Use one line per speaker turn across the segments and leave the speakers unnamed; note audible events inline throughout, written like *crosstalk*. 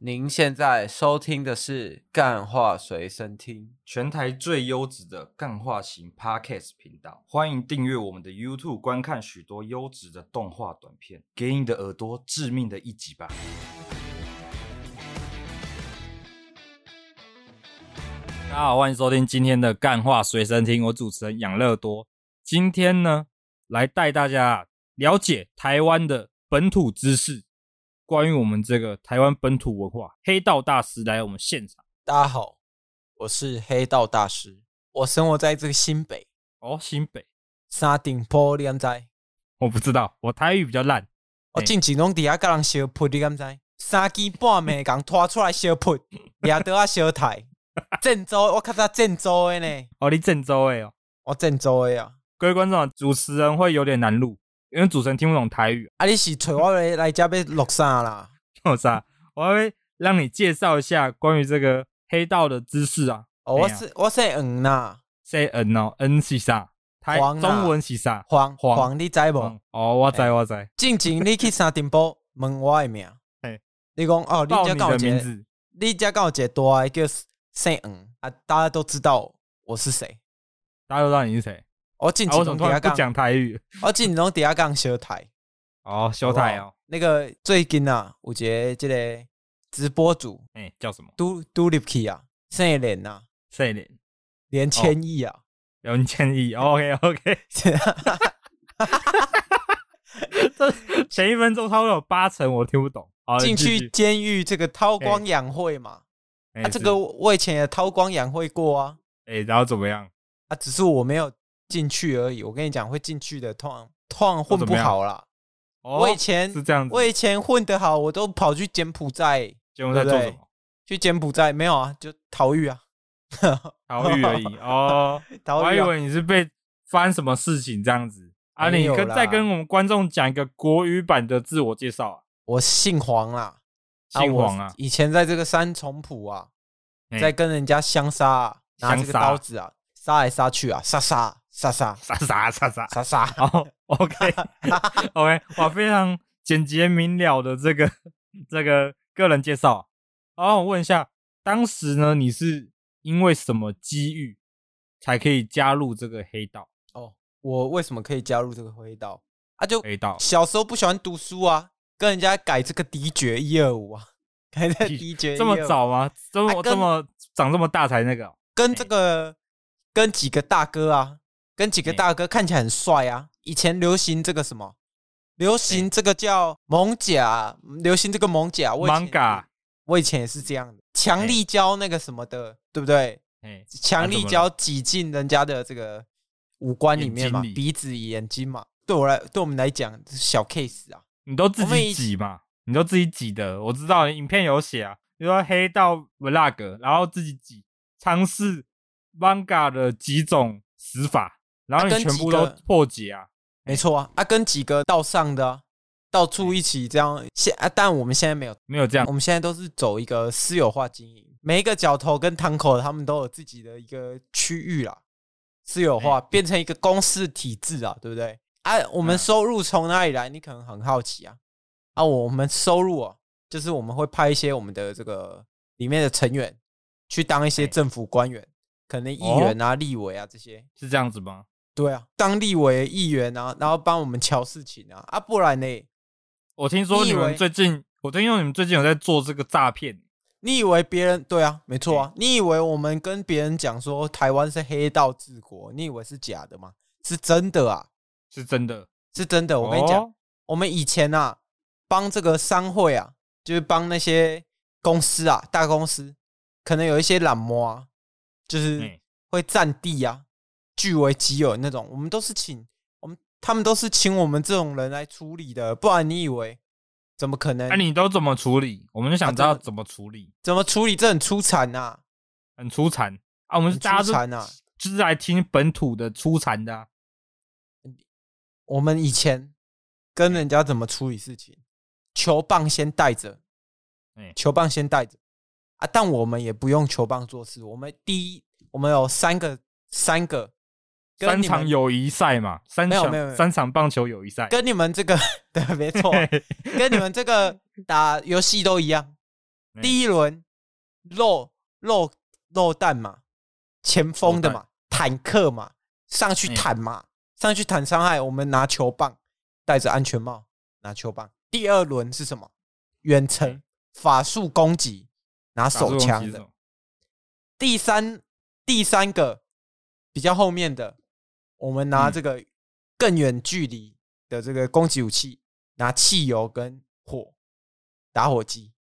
您现在收听的是《干话随身听
全台最优质的干化型 Podcast 频道，欢迎订阅我们的 YouTube，观看许多优质的动画短片，给你的耳朵致命的一击吧！大家好，欢迎收听今天的干话随身听，我主持人养乐多。今天呢，来带大家了解台湾的本土知识，关于我们这个台湾本土文化，黑道大师来我们现场。》。
大家好，我是黑道大师，我生活在这个新北
哦，新北，
沙顶坡，你敢知？
我不知道，我台语比较烂。
我进前拢伫遐甲人相扑，你敢知？三更半暝共拖出来相扑，掠倒啊相抬。郑州，我较早郑州的呢，
哦，你郑州诶哦，
我郑州的啊。
各位观众，主持人会有点难录，因为主持人听不懂台 *laughs* 语。
啊，你是找我来来遮要录啥啦？
我啥？我还会让你介绍一下关于这个黑道的知识啊。
哦，我
哎呀
是我是黄啦，
C N 哦，N 是啥？台
黄啊
中文是啥？
黄
黄
黄，你知无
黄？哦，我知我知，
进前你去沙丁堡问我的名
嘿，
你讲哦，你
报
遮
你
讲
的
一
名
个
字。
你家刚好姐多啊，叫姓黄啊，大家都知道我是谁。
大家都知道你是谁？
我进
啊，
前
我怎么突
拢底下
然不
讲，
讲台语？
我进前拢底下讲小台。
哦，
小
小台哦，。
那个最近啊，有一个这个直播主
哎，叫什么？
都都入去啊，姓连啊，
谁脸？
连千亿啊，
有人建
*laughs*
议？OK OK，这 *laughs* 前一分钟差不多有八成我听不懂。好
进、
哦你继
去
续
监狱这个韬光养晦嘛。
哎
啊，这
是
个我以前也韬光养晦过啊，
哎、然后怎么样？
啊，只是我没有进去而已。我跟你讲，会进去的，通常通常混
怎
不
么样
好啦。
哦
我以前
是这样子，
我以前混得好，我都跑去柬埔寨。
结果在做什么？
去柬埔寨没有啊？就逃狱
*laughs*
啊，
逃狱
*laughs*
而已哦，我
逃
还
狱、
以
啊。
为你是被发生什么事情这样子啊！
没
你
有
跟
啦
再跟我们观众讲一个国语版的自我介
*laughs*
绍啊，
我姓黄啦，
姓黄
我
啊，
以前在这个三重埔啊，
嘿
在跟人家相杀、啊，拿这个
相杀
刀子啊，杀来杀去啊，杀杀杀杀
啥啥啥啥，
杀
*laughs*
杀。
好，OK
*laughs*
OK，哇，非常简洁明了的这个这个个人介绍。哦，我问一下，当时呢，你是因为什么机遇才可以加入这个黑道？
哦，我为什么可以加入这个黑道啊？就
黑道
小时候不喜欢读书啊，跟人家改这个敌爵一二五啊，改
*laughs*
这
敌
敌爵
这么
125
早吗？这么
啊跟
这么长这么大才那个哦？
跟这个、跟几个大哥啊，跟几个
哎
大哥看起来很帅啊。以前流行这个什么，流行这个叫蒙甲，流行这个蒙甲。我以前
Manga
我以前也是这样的，强力胶那个什么的，对不对？
哎，
强力
啊
胶挤进人家的这个五官里面嘛，
眼睛里
鼻子、眼睛嘛。对我来，对我们来讲这是小 case 啊。
你都自
我们
己
以
挤嘛，你都自己挤的，我知道影片有写啊，就说黑道 vlog，然后自己挤，尝试 manga 的几种死法，然后
啊
你
跟
全
几
部都
个
破解啊，
没错啊，啊，跟几个道上的、啊、到处一起这样，现啊，但我们现在没有
没有这样
我们现在都是走一个私有化经营，每一个角头跟堂口他们都有自己的一个区域啦，私有化、变成一个公司体制啊，对不对？啊，我们
哎嗯
收入从哪里来？你可能很好奇啊。啊，我们收入啊，就是我们会派一些我们的这个里面的成员去当一些
哎
政府官员，可能议
哦
员啊、立委啊这些。
是这样子吗？
对啊，当立委、议员啊，然后帮我们瞧事情啊。啊，不然呢？
我听说
你
你
以
们
为
最近，我听说你们最近有在做这个诈骗，
你以为别人对
嗯
啊，没错啊，你以为我们跟别人讲说哦台湾是黑道治国，你以为是假的吗？是真的啊，
是真的？
是真的。我跟你讲，
哦，
我们以前啊，帮这个商会啊，就是帮那些公司啊，大公司，可能有一些懒魔啊，就是
哎
会占地啊，据为己有那种。我们都是请我们，他们都是请我们这种人来处理的，不然你以为怎么可能？
那、啊你都怎么处理？我们就想知
啊
道
这个
怎么处理，
怎么处理？这很出产呐、
很出产啊！我们是
很
大家
出产啊
是就是来听本土的出产的、啊，
我们以前跟人家怎么处理事情，球棒先带着
哎，
球棒先带着啊，但我们也不用球棒做事。我们第一，我们有三个三个跟
三
你们
场友谊赛嘛，三
没有没有
场
没有
三场棒球友谊赛，
跟你们这个 *laughs* 对，没错，跟你们这个打游戏都一样。
哎
第一轮肉肉肉弹嘛，前锋的
肉
嘛，坦克嘛，上去
哎
坦嘛，上去坦伤害。我们拿球棒，戴着安全帽拿球棒。第二轮是什么？远程
哎
法术攻击，拿
打这
手
种
枪
棋
的
手。
第三第三个比较后面的，我们拿
嗯
这个更远距离的这个攻击武器，拿汽油跟火打火机，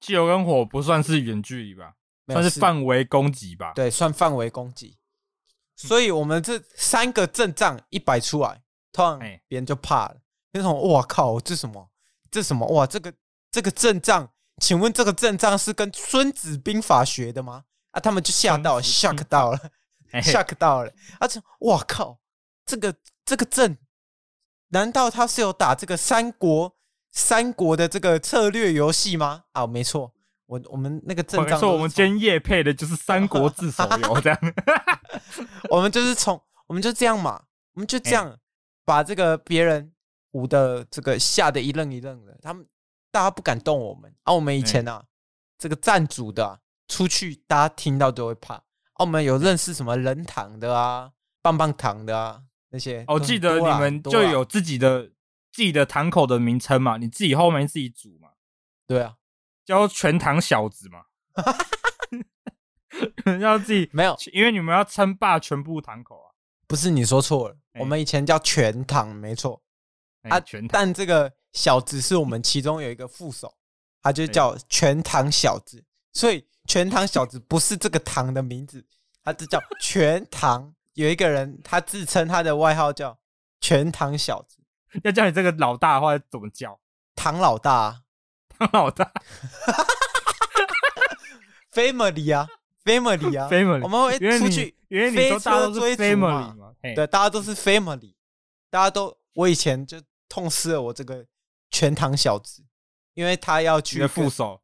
汽油跟火不算是远距离吧，
没有
算是范围攻击吧。
对算范围攻击。所以我们这三个阵仗一摆出来，通常
哎
别人就怕了。那种哇靠，这什么？这什么？哇，这个这个阵仗，请问这个阵仗是跟《孙子兵法》学的吗？啊，他们就吓到了
孙子哎
，shock
*laughs*
到了。
嘿嘿，
shock 到了，而且哇靠，这个这个阵，难道他是有打这个三国三国的这个策略游戏吗？啊，没错，我我们那个阵
没
仗都
错，
是从，
我们今天夜配的就是《三国志》手游
*laughs*
这样。 *laughs*
我们就是从我们就这样嘛，我们就这
哎
样把这个别人唬的这个吓得一愣一愣的，他们大家不敢动我们啊。我们以前
哎
啊，这个站组的啊、出去，大家听到都会怕。啊、我们有认识什么人堂的啊、棒棒糖的啊那些都
我
很多
哦
啦，啊
记得你们
多
就
啦
有自己的自己的堂口的名称嘛，你自己后面自己组嘛，
对啊，
叫全堂小子嘛， *laughs* 要自己
没有，
因为你们要称霸全部堂口啊。
不是你说错了，
哎
我们以前叫全堂，没错
哎
啊，
全堂
但这个小子是我们其中有一个副手，他
哎
就叫全堂小子，所以全堂小子不是这个堂的名字，他
*laughs*
只叫全堂。有一个人，他自称他的外号叫全堂小子，
要叫你这个老大的话怎么叫？ *laughs*
唐老大、啊、
当老大，
，family 啊，family 啊
*laughs* Family
我们会
因为
出
你
去
因为你
飞
说大家
车
都
追
是
逐
family
嘛，
嘛，嘿
对，大家都是 family，大家都，我以前就痛失了我这个全堂小子，因为他要
你
去
的副
跟，
手。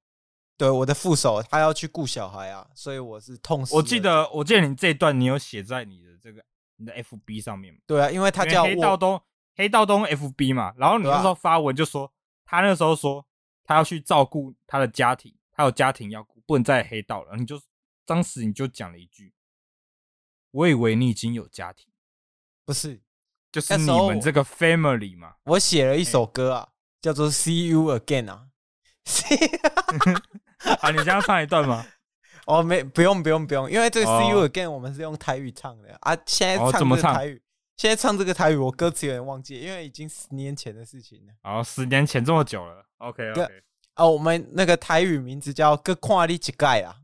对我的副手，他要去顾小孩啊，所以我是痛失。
我记，得，我记得你这一段你有写在你的这个你的 FB 上面嘛，
对啊，因为他
因为
叫
黑道
我，
东黑道东 FB 嘛，然后你
对啊
那时候发文就说、他那时候说他要去照顾他的家庭，他有家庭要顾，不能再黑道了。然后你就当时你就讲了一句：“我以为你已经有家庭，
不是，
就是
那
你
时候
们这个 family 嘛。
我写了一首歌啊，叫做《See You Again》啊。See，”
啊，你这样唱一段吗？ *laughs*
哦，没，不用，不用，不用，因为这个《See You
哦
Again》我们是用台语唱的啊。现在
哦
唱
怎么
这个
唱
台语，现在唱这个台语，我歌词有点忘记，因为已经十年前的事情了。
哦，十年前这么久了，OK
对
OK。
啊，我们那个台语名字叫“各跨你几盖”啊。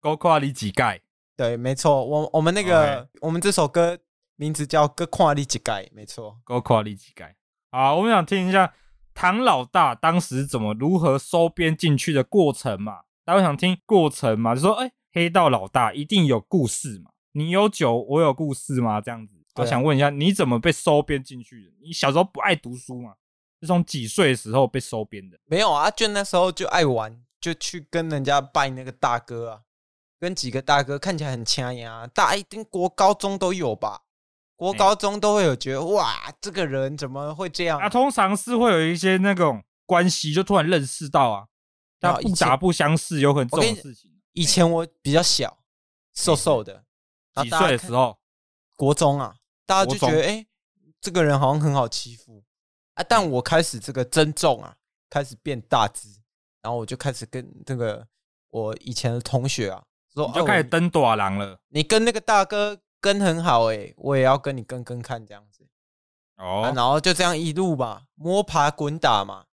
高跨里几盖，
对，没错，我我们那个我们这首歌名字叫“各跨你几盖”，没错。
高跨里几盖。好，我们想听一下唐老大当时怎么如何收编进去的过程嘛？大家想听过程嘛？就说，哎、黑道老大一定有故事嘛？你有酒，我有故事吗？这样子，
对
我
啊
想问一下，你怎么被收编进去的？你小时候不爱读书嘛？是从几岁的时候被收编的？
没有啊，就那时候就爱玩，就去跟人家拜那个大哥啊，跟几个大哥看起来很掐牙，啊大家一定国高中都有吧？国
哎
高中都会有觉得哇，这个人怎么会这样？
啊，通常是会有一些那种关系，就突然认识到啊，
啊
他
以
不
前
打不相识，有可能这
我跟
种
你
事情。
以前我比较小，瘦瘦的，
几岁的时，候？
国中啊，大家就
国中
觉得哎、诶这个人好像很好欺负啊。但我开始这个增重啊，开始变大只，然后我就开始跟这个我以前的同学啊说，
你就开始
啊我
登短廊了。
你跟那个大哥跟很好哎、我也要跟你跟跟看这样子、啊，
哦，
然后就这样一路嘛，摸爬滚打嘛，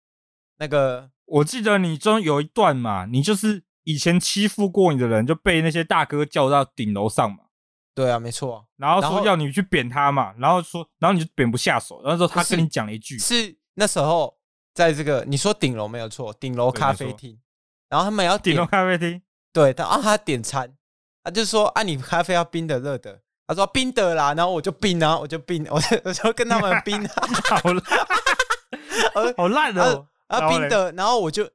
那个
我记得你中有一段嘛，你就是以前欺负过你的人，就被那些大哥叫到顶楼上嘛，
对啊，没错啊、
然后
然后
说要你去扁他嘛，然后说，然后你就扁不下手，然后说他
不是
跟你讲了一句，
是那时候在这个你说顶楼没有错，顶楼咖啡厅，然后他们也要
顶
点
楼咖啡厅， *laughs*
对，他啊他点餐，他就说啊你咖啡要冰的热的，他说啊冰的啦，然后我就冰啊，我就冰，我就我就跟他们冰啊，
好烂，
*laughs* 呃
好烂哦！然后
啊冰的，然后我就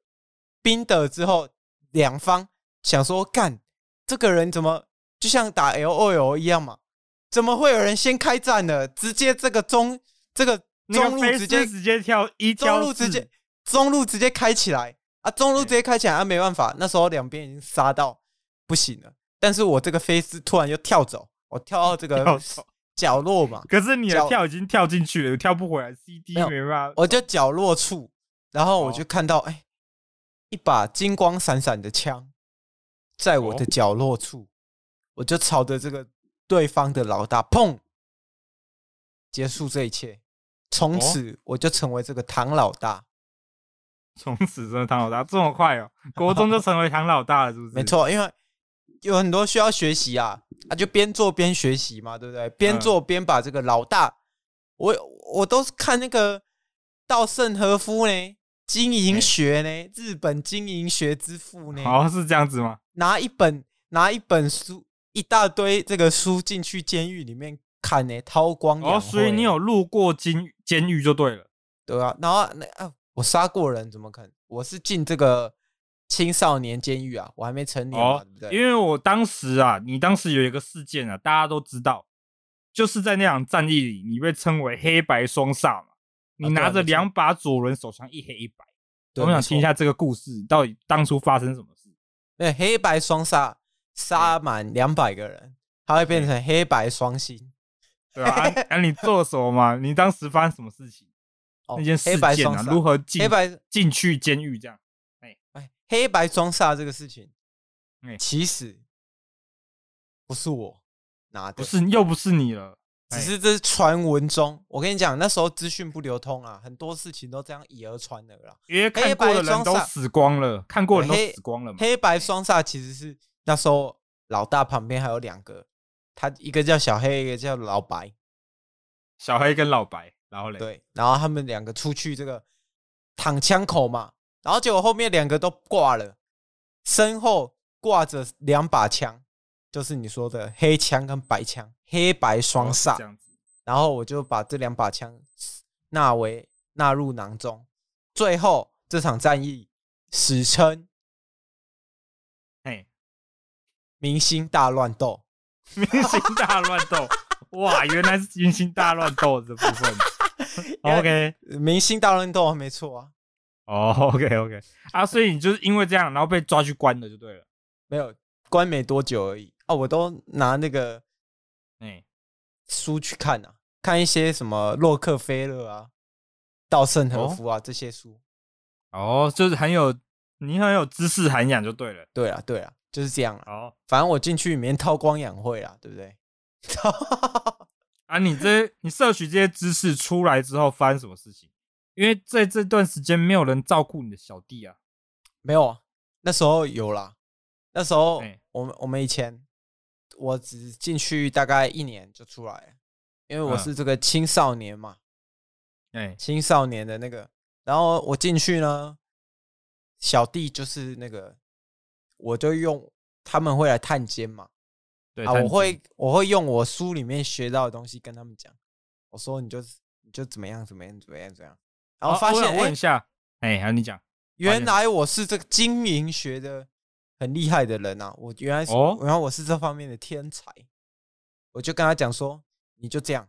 冰的之后，两方想说干这个人怎么就像打 L O L 一样嘛，怎么会有人先开战呢？直接这个中这个
那个
中路
飞
直
狮
接
直接跳一
中
挑
路直
四
接中路直接开起来啊！中路
对
直接开起来啊！没办法，那时候两边已经杀到不行了。但是我这个飞丝突然又跳走，我跳到这
跳
个
走
角落嘛，
可是你的
脚
跳已经跳进去了，跳不回来，CD
没有
没办法。
我就角落处，然后我就
哦
看到哎、一把金光闪闪的枪在我的
哦
角落处，我就朝着这个对方的老大砰，结束这一切。从
哦
此我就成为这个唐老大，
从此真的唐老大这么快哦，国中就成为唐老大了，是不是？
没，错，因为有很多需要学习啊，啊，就边做边学习嘛，对不对？边
嗯
做边把这个老大，我我都是看那个稻盛和夫呢，经营学呢，日本经营学之父呢，
嗯好是这样子吗？
拿一本拿一本书，一大堆这个书进去监狱里面看呢，韬光养晦。
哦，所以你有路过监监狱就对了。
对啊，然后那啊，我杀过人，怎么可能？我是进这个青少年监狱啊，我还没成年嘛，
哦
对不对？
因为我当时啊，你当时有一个事件啊，大家都知道，就是在那场战役里，你被称为黑白双煞嘛，你
啊对啊
拿着
没错
两把左轮手枪，一黑一白。
对
我们想
没错
听一下这个故事，到底当初发生什么事？
对，黑白双杀杀满两百个人，它会变成黑白双星。
对
*laughs*
吧、啊？啊，你做了什么嘛？你当时发生什么事情？
哦
那件事
黑白
件
双
啊，
煞
如何进
黑白
进去监狱这样？
哎黑白双煞这个事情，
嗯
其实不是我拿的，
不是，哎又不是你了，
只是这是传闻中。我跟你讲，那时候资讯不流通啊，很多事情都这样以讹传讹啊。
因为看过的人都死光了，看过的人
对
都
黑
死光了嘛。
黑白双煞其实是那时候老大旁边还有两个，他一个叫小黑，一个叫老白。
小黑跟老白，然后嘞，
对，然后他们两个出去这个躺枪口嘛，然后结果后面两个都挂了，身后挂着两把枪，就是你说的黑枪跟白枪，黑白双
哦是
煞。
这样子。
然后我就把这两把枪纳为纳入囊中。最后这场战役史称
嘿，
明星大乱斗。
明星大乱
*laughs*
斗，哇，原来是明星大乱斗这部分。OK，
明星大乱斗没错啊，
哦，OK，OK、o *laughs* k OK，啊，所以你就是因为这样，然后被抓去关了就对了。
没有关没多久而已啊，我都拿那个嗯
哎、
书去看啊，看一些什么洛克菲勒啊、稻盛和夫啊、这些书。
哦，就是很有，你很有知识涵养就对了。
对啊，对啊，就是这样啊。
哦，
反正我进去里面韬光养晦啦，对不对？
啊，你这 *laughs* 你摄取这些知识出来之后，发生什么事情？因为在这段时间没有人照顾你的小弟啊。
没有啊，那时候有啦。那时候
哎
我们我们以前，我只进去大概一年就出来了，因为我
嗯
是这个青少年嘛，
哎、
青少年的那个。然后我进去呢，小弟就是那个，我就用他们会来探监嘛，
对，
啊，
探监
我会我会用我书里面学到的东西跟他们讲，我说你就你就怎么样怎么样怎么样怎么样，然后
啊
发现
我想
哎、
问一下，哎、啊，你讲
原来我是这个经营学的很厉害的人啊，我原来是、
哦
原来我是这方面的天才，我就跟他讲说，你就这样，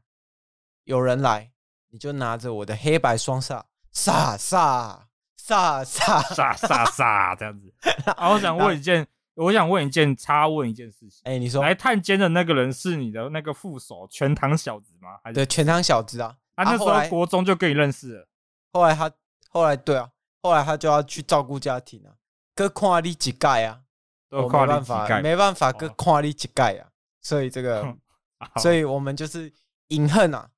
有人来你就拿着我的黑白双煞煞煞煞煞，
傻傻傻这
*laughs*
样子。啊，我想问一件，我想问一件，插问一件事情。
哎、你说
来探监的那个人是你的那个副手全堂小子吗？还是
对全场小子啊，
他、
啊
那时
后来
候国中就跟你认识了，
后来他后来对啊，后来他就要去照顾家庭啊，哥看你几盖啊，
都
我
跨
没
了
办
几
法，
盖。
没办法，
哦
哥看你几盖啊，所以这个
哼， *laughs* 好
所以我们就是隐恨啊，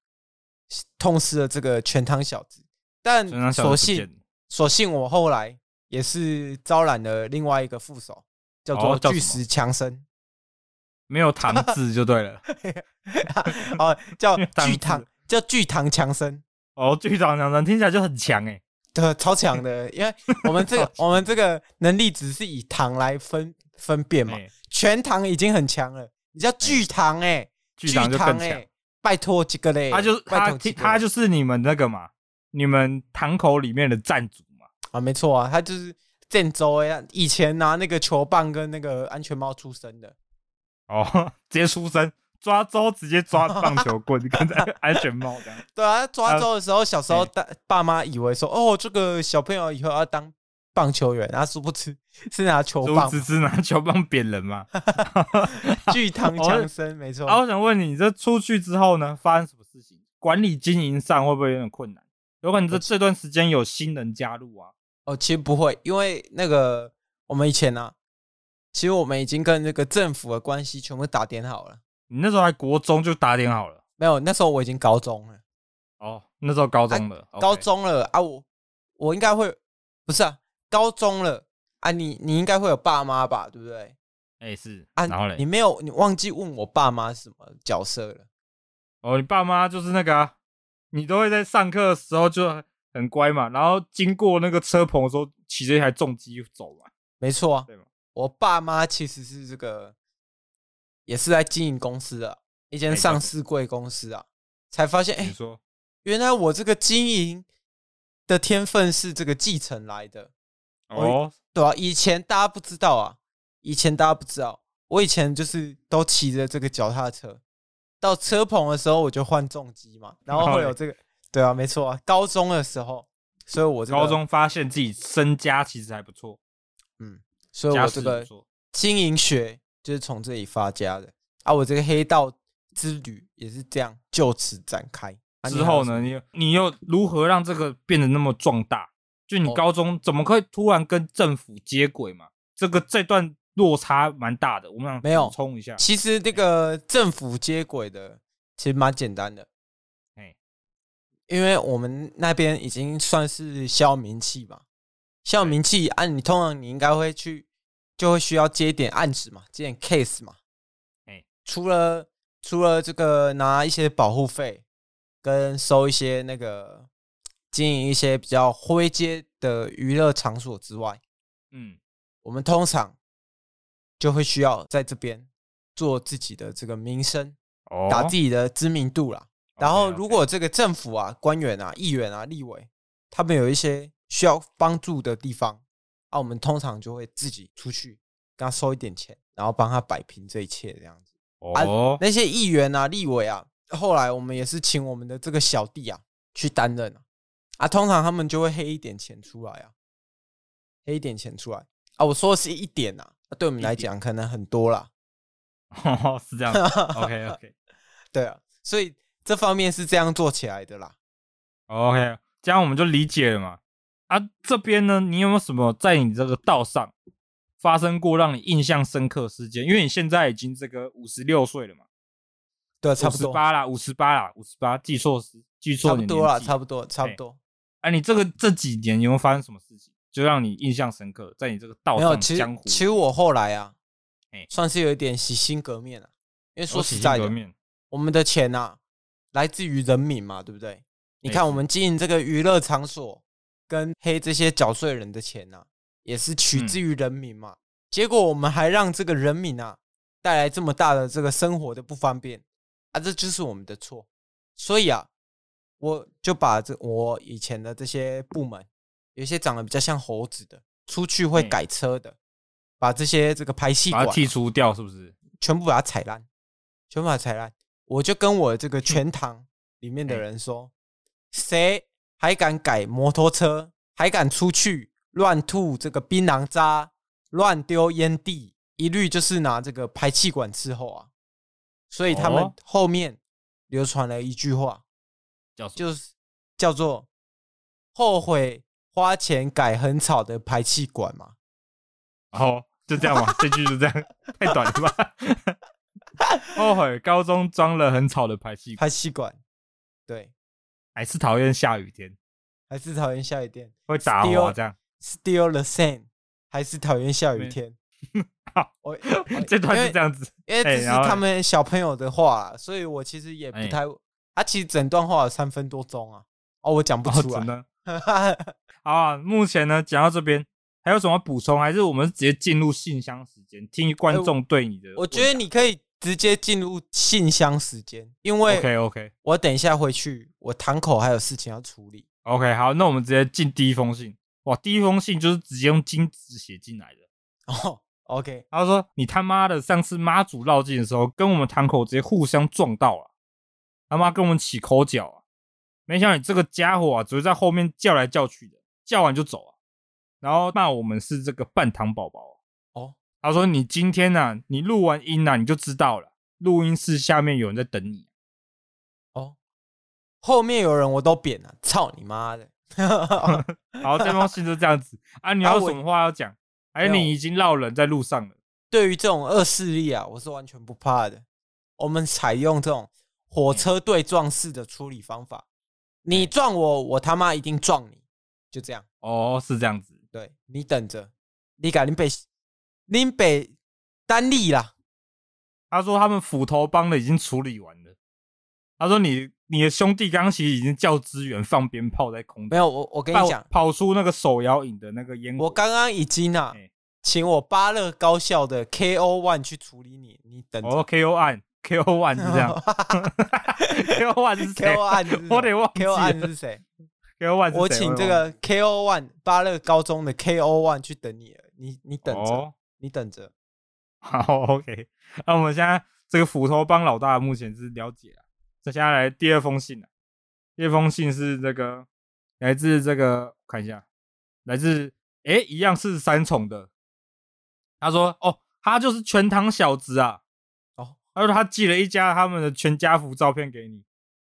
痛失了这个全汤小子，但
全堂小子
所
不
幸
见了
所幸我后来也是招揽了另外一个副手，叫
哦叫
做
什
巨
么
石
*laughs*
强森， *laughs*
没有堂字就对了。
哦，叫
因为当
巨
时
堂，叫巨堂强森，
哦，巨长长长听起来就很强哎、
对，呃超强的，因为我们
*laughs*
这个我们这个能力只是以糖来分分辨嘛，
哎
全糖已经很强了，你叫巨糖哎、
巨糖就更
哎、
强。
拜托几个嘞，
他就是
拜
他
托几个嘞
他就是你们那个嘛，你们堂口里面的站主嘛。
啊，没错啊，他就是郑州哎，以前拿那个球棒跟那个安全帽出生的，
哦， *laughs* 直接出生抓周，直接抓棒球棍跟 *laughs* 安全帽这
*laughs*
样。
对啊，抓
他
周的时候，小时候
哎
大爸妈以为说哦，这个小朋友以后要当棒球员，然后殊不知 *laughs* 是拿球
猪
棒啊
只是拿球棒扁人嘛。
巨糖
*laughs* 我
强身，没错。
啊，我想问你，这出去之后呢，发生什么事情？管理经营上会不会有点困难？有可能这这段时间有新人加入啊。
哦，其实不会，因为那个我们以前啊，其实我们已经跟那个政府的关系全部打点好了。
你那时候还国中就打点好了。
没有，那时候我已经高中了，
哦，那时候高中了，
啊高中了啊，我我应该会不是啊，高中了啊，你你应该会有爸妈吧，对不对？
哎、是
啊，
然后嘞
你，没有，你忘记问我爸妈是什么角色了？
哦，你爸妈就是那个、啊，你都会在上课的时候就很乖嘛，然后经过那个车棚的时候，骑着一台重机走嘛。
没错啊
对嘛，
我爸妈其实是这个，也是在经营公司啊，一间
哎
上市贵公司啊，才发现哎、
你说，
原来我这个经营的天分是这个继承来的，
哦，
对啊，以前大家不知道啊，以前大家不知道，我以前就是都骑着这个脚踏车，到车棚的时候我就换重机嘛，然后会有这个，对啊，没错啊，高中的时候，所以我这个
高，中发现自己身家其实还不错，
所以
家
我
世
这
不
个
错。
经营学就是从这里发家的啊，我这个黑道之旅也是这样就此展开。啊
之后？呢，你你又如何让这个变得那么壮大？就你
哦
高中怎么可以突然跟政府接轨嘛？这个这段落差蛮大的，我们想
没有
补充一下
你还有什么。其实这个政府接轨的其实蛮简单的，
哎，
因为我们那边已经算是消名气嘛，消名气按、啊、你通常你应该会去，就会需要接一点案子嘛，接点 case 嘛。
哎
除了除了这个拿一些保护费，跟收一些那个经营一些比较灰阶的娱乐场所之外，
嗯，
我们通常就会需要在这边做自己的这个名声，
哦
打自己的知名度啦。
OK，
然后，
OK
如果这个政府啊、官员啊、议员啊、立委，他们有一些需要帮助的地方，啊，我们通常就会自己出去跟他收一点钱，然后帮他摆平这一切这样子。
哦，
啊那些议员啊、立委啊，后来我们也是请我们的这个小弟啊去担任啊，啊，通常他们就会黑一点钱出来啊，黑一点钱出来啊。我说的是一点啊，啊对我们来讲可能很多啦，
*laughs* 是
*laughs*
这样子。OK OK
对啊，所以这方面是这样做起来的啦。
OK，这样我们就理解了嘛。啊，这边呢，你有没有什么在你这个道上发生过让你印象深刻的事件？因为你现在已经这个五十六岁了嘛，
对啊，差
五
不
十
多，
八啦，五十八啦，五十八，记错时记
差
错
不
你
多啦，
年纪
差不多，差不
哎
多。
哎、你这个这几年有没有发生什么事情，就让你印象深刻，在你这个道
没有，
上
其
江
实
湖？
其实我后来啊
哎，
算是有一点洗心革面了、啊因为
我
说
洗
实
心
在
革
的，
面，
我们的钱呐、来自于人民嘛，对不对？你看
是
我们经营这个娱乐场所，跟黑这些缴税人的钱呐、啊也是取
嗯
之于人民嘛。结果我们还让这个人民啊带来这么大的这个生活的不方便啊，这就是我们的错。所以啊，我就把这我以前的这些部门，有一些长得比较像猴子的，出去会
嗯
改车的，把这些这个排气
把
管
它
啊
剔除掉，是不是？
全部把它踩烂，全部把它踩烂。我就跟我这个全堂里面的人说，谁还敢改摩托车，还敢出去乱吐这个槟榔渣，乱丢烟蒂，一律就是拿这个排气管伺候啊。所以他们
哦
后面流传了一句话，
叫什么？
就是叫做“后悔花钱改很吵的排气管”嘛。
哦，就这样嘛，这句就这样，太短了吧？后悔高中装了很吵的排气管，
排气管，对，
还是讨厌下雨天
还是讨厌下雨天。
会打滑这样。
Still the same，还是讨厌下雨天
*laughs* 好。
我
这段是这，样子，
哎因为因为
哎
这是
然后嘞
他们小朋友的话，所以我其实也不
哎
太。他其实整段话有三分多钟啊，哦，我讲不
哦，
出来 *laughs*
真。的。好啊，目前呢讲到这边，还有什么要补充？还是我们直接进入信箱时间，听观众对你的问答、
哎我觉得你可以直接进入信箱时间，因为
OK OK
我等一下回去，我堂口还有事情要处理。
OK，好，那我们直接进第一封信。哇，第一封信就是直接用金纸写进来的。
哦，OK，
他说：“你他妈的，上次妈祖绕境的时候，跟我们堂口直接互相撞到了、他妈跟我们起口角啊！没想到你这个家伙啊，只会在后面叫来叫去的，叫完就走啊，然后骂我们是这个半糖宝宝、
哦，
他说：“你今天呐、啊，你录完音呐、啊，你就知道了，录音室下面有人在等你。
后面有人我都扁了，操你妈的！
然啊后这封信就这样子啊，你还有什么话要讲？还是
没有
你已经绕人在路上了？
对于这种恶势力啊，我是完全不怕的。我们采用这种火
嗯
车对撞式的处理方法，你撞我，我他妈一定撞你，就这样。
哦，是这样子。
对你等着，你敢林北林北单立啦，
他说他们斧头帮的已经处理完了。他说你你的兄弟刚其实已经叫支援放鞭炮在空中，
没有我我跟你
跑
讲，
跑出那个手摇影的那个烟火。
我刚刚已经啊
哎，
请我巴乐高校的 KO One 去处理你，你等着。
哦 KO 案 KO 案是这样
*laughs*
，KO 案是谁
KO 案是谁
我得忘记
，KO 案
了
是谁？
KO 案是
我
谁
请这
得忘
个 KO One 巴乐高中的 KO One 去等你了，你你等
了
着
哦，
你等着。
好 OK，那我们现在这个斧头帮老大目前是了解了。这现在来第二封信了，第二封信是这个来自这个看一下，来自诶一样是三重的。他说哦，他就是全堂小子啊。
哦，
他说他寄了一家他们的全家福照片给你，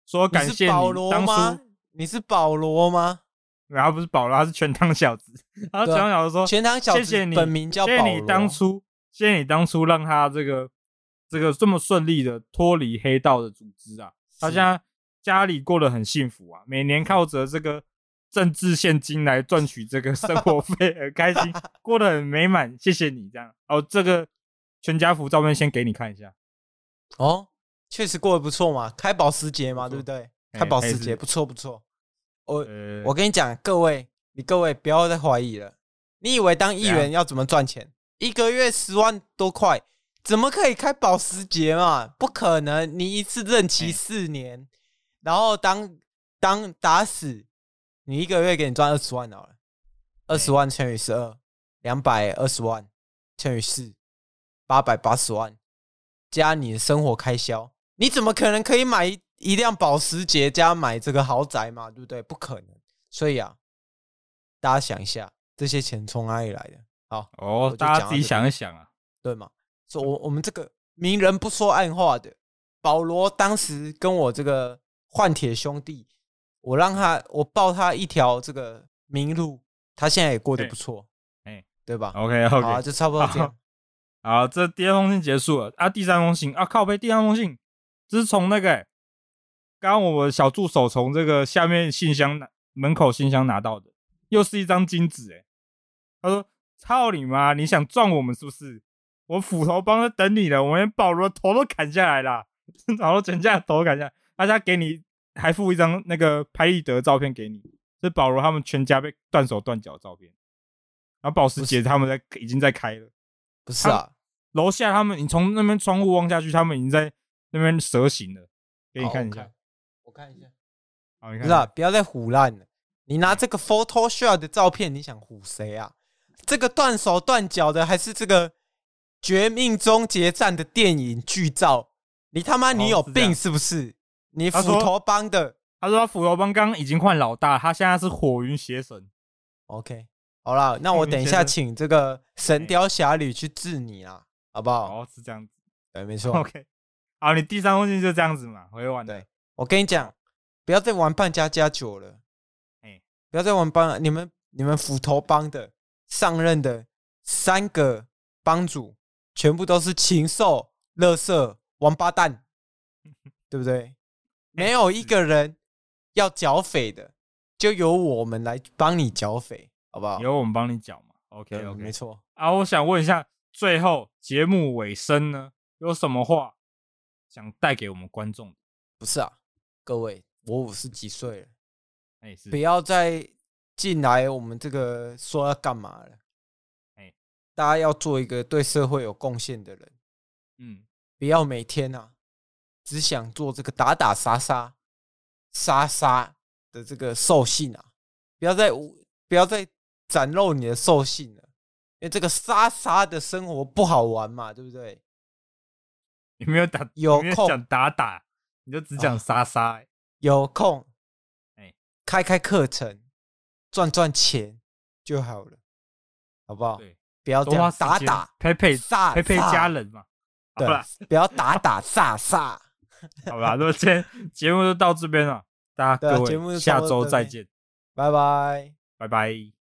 说感
你
谢
是
你
保罗
当初
吗。？你是保罗吗？
然后不是保罗，他是全堂小子。 *laughs* 然后全
对啊
堂小子说
全堂小
谢谢
子
你
本名叫保
谢
罗。
谢你当初，谢谢你当初让他这个这个这么顺利的脱离黑道的组织啊，他
是
现在家里过得很幸福啊，每年靠着这个政治现金来赚取这个生
*laughs*
活费很开心，过得很美满，谢谢你这样。哦，这个全家福照片先给你看一下，
哦，确实过得不错嘛，开保时捷嘛，
不
对
错
不对？
哎
开保
还
时
是
捷不错不错。我
呃，
我跟你讲，各位，你各位不要再怀疑了。你以为当议
怎样
员要怎么赚钱？一个月十万多块，怎么可以开保时捷嘛？不可能！你一次任期
哎
四年，然后当当打死，你一个月给你赚二十万好了，二十万乘以十二，两百二十万乘以四，八百八十万，加你的生活开销，你怎么可能可以买一一辆保时捷加买这个豪宅嘛？对不对？不可能。所以啊，大家想一下，这些钱从哪里来的？好，我
哦
就，
大
讲
家
到
自己
这
想一想啊，
对吗？
嗯
说我我们这个名人不说暗话的，保罗当时跟我这个换铁兄弟，我让他我报他一条这个明路，他现在也过得不错，
哎
对吧？
OK
好啊，
OK，
就差不多这样。
好，这第二封信结束了啊，第三封信啊，靠背，第三封信，这是从那个、欸，刚刚我小助手从这个下面信箱拿门口信箱拿到的，又是一张金纸，哎，他说：“操你妈，你想撞我们是不是？我斧头帮在等你了，我连保罗的头都砍下来了，然后全家的头砍下来，大家给你还附一张那个拍立得照片给你，这是保罗他们全家被断手断脚的照片，然后保时捷他们在已经在开了。”
不是啊，
楼下他们，你从那边窗户望下去，他们已经在那边蛇形了，给你
好
看一下。，
我看我看一下。
好，你看
不
一
是啊，
下，
不要再唬烂了。你拿这个 Photoshop 的照片，你想唬谁啊？这个断手断脚的，还是这个《绝命终结战》的电影剧照？你他妈你有
哦是这样
病是不是？你
他说
斧头帮的
他说他斧头帮刚刚已经换老大，他现在是火云邪神。
？OK，好啦，那我等一下请这个《神雕侠侣》去治你啊，好不好？
哦，是这样子。
对，没错。
*laughs* OK，好，你第三封信就这样子嘛，回完了
对。我跟你讲，不要再玩扮家家酒了。
哎
不要再玩帮了，你们你们斧头帮的上任的三个帮主，全部都是禽兽、乐色、王八蛋，对不对？没有一个人要剿匪的，就由我们来帮你剿匪，好不好？
有我们帮你缴嘛。OK
对，没
OK。
错。
啊，我想问一下，最后节目尾声呢，有什么话想带给我们观众的？
不是啊，各位，我五十几岁了，
哎，是
不要再进来我们这个说要干嘛了？
哎
大家要做一个对社会有贡献的人，
嗯，
不要每天啊只想做这个打打杀杀、杀杀的这个兽性啊！不要再无不要再展露你的兽性了，因为这个杀杀的生活不好玩嘛，对不对？
你没有打，你
有
没有
空啊
讲打打，你就只讲杀杀、欸
有空
哎
开开课程，赚赚钱就好了，好不好？
对，
不要这
多花
样
时
打
间
打
陪陪
杀
陪陪
杀
家人嘛，好
对
吧，
不要打打杀杀。
好吧，那么今天节目就到这边了，大家
对啊
各
节目
位
就
下
差不多
周
到这
再
边
见，
拜拜。
拜拜。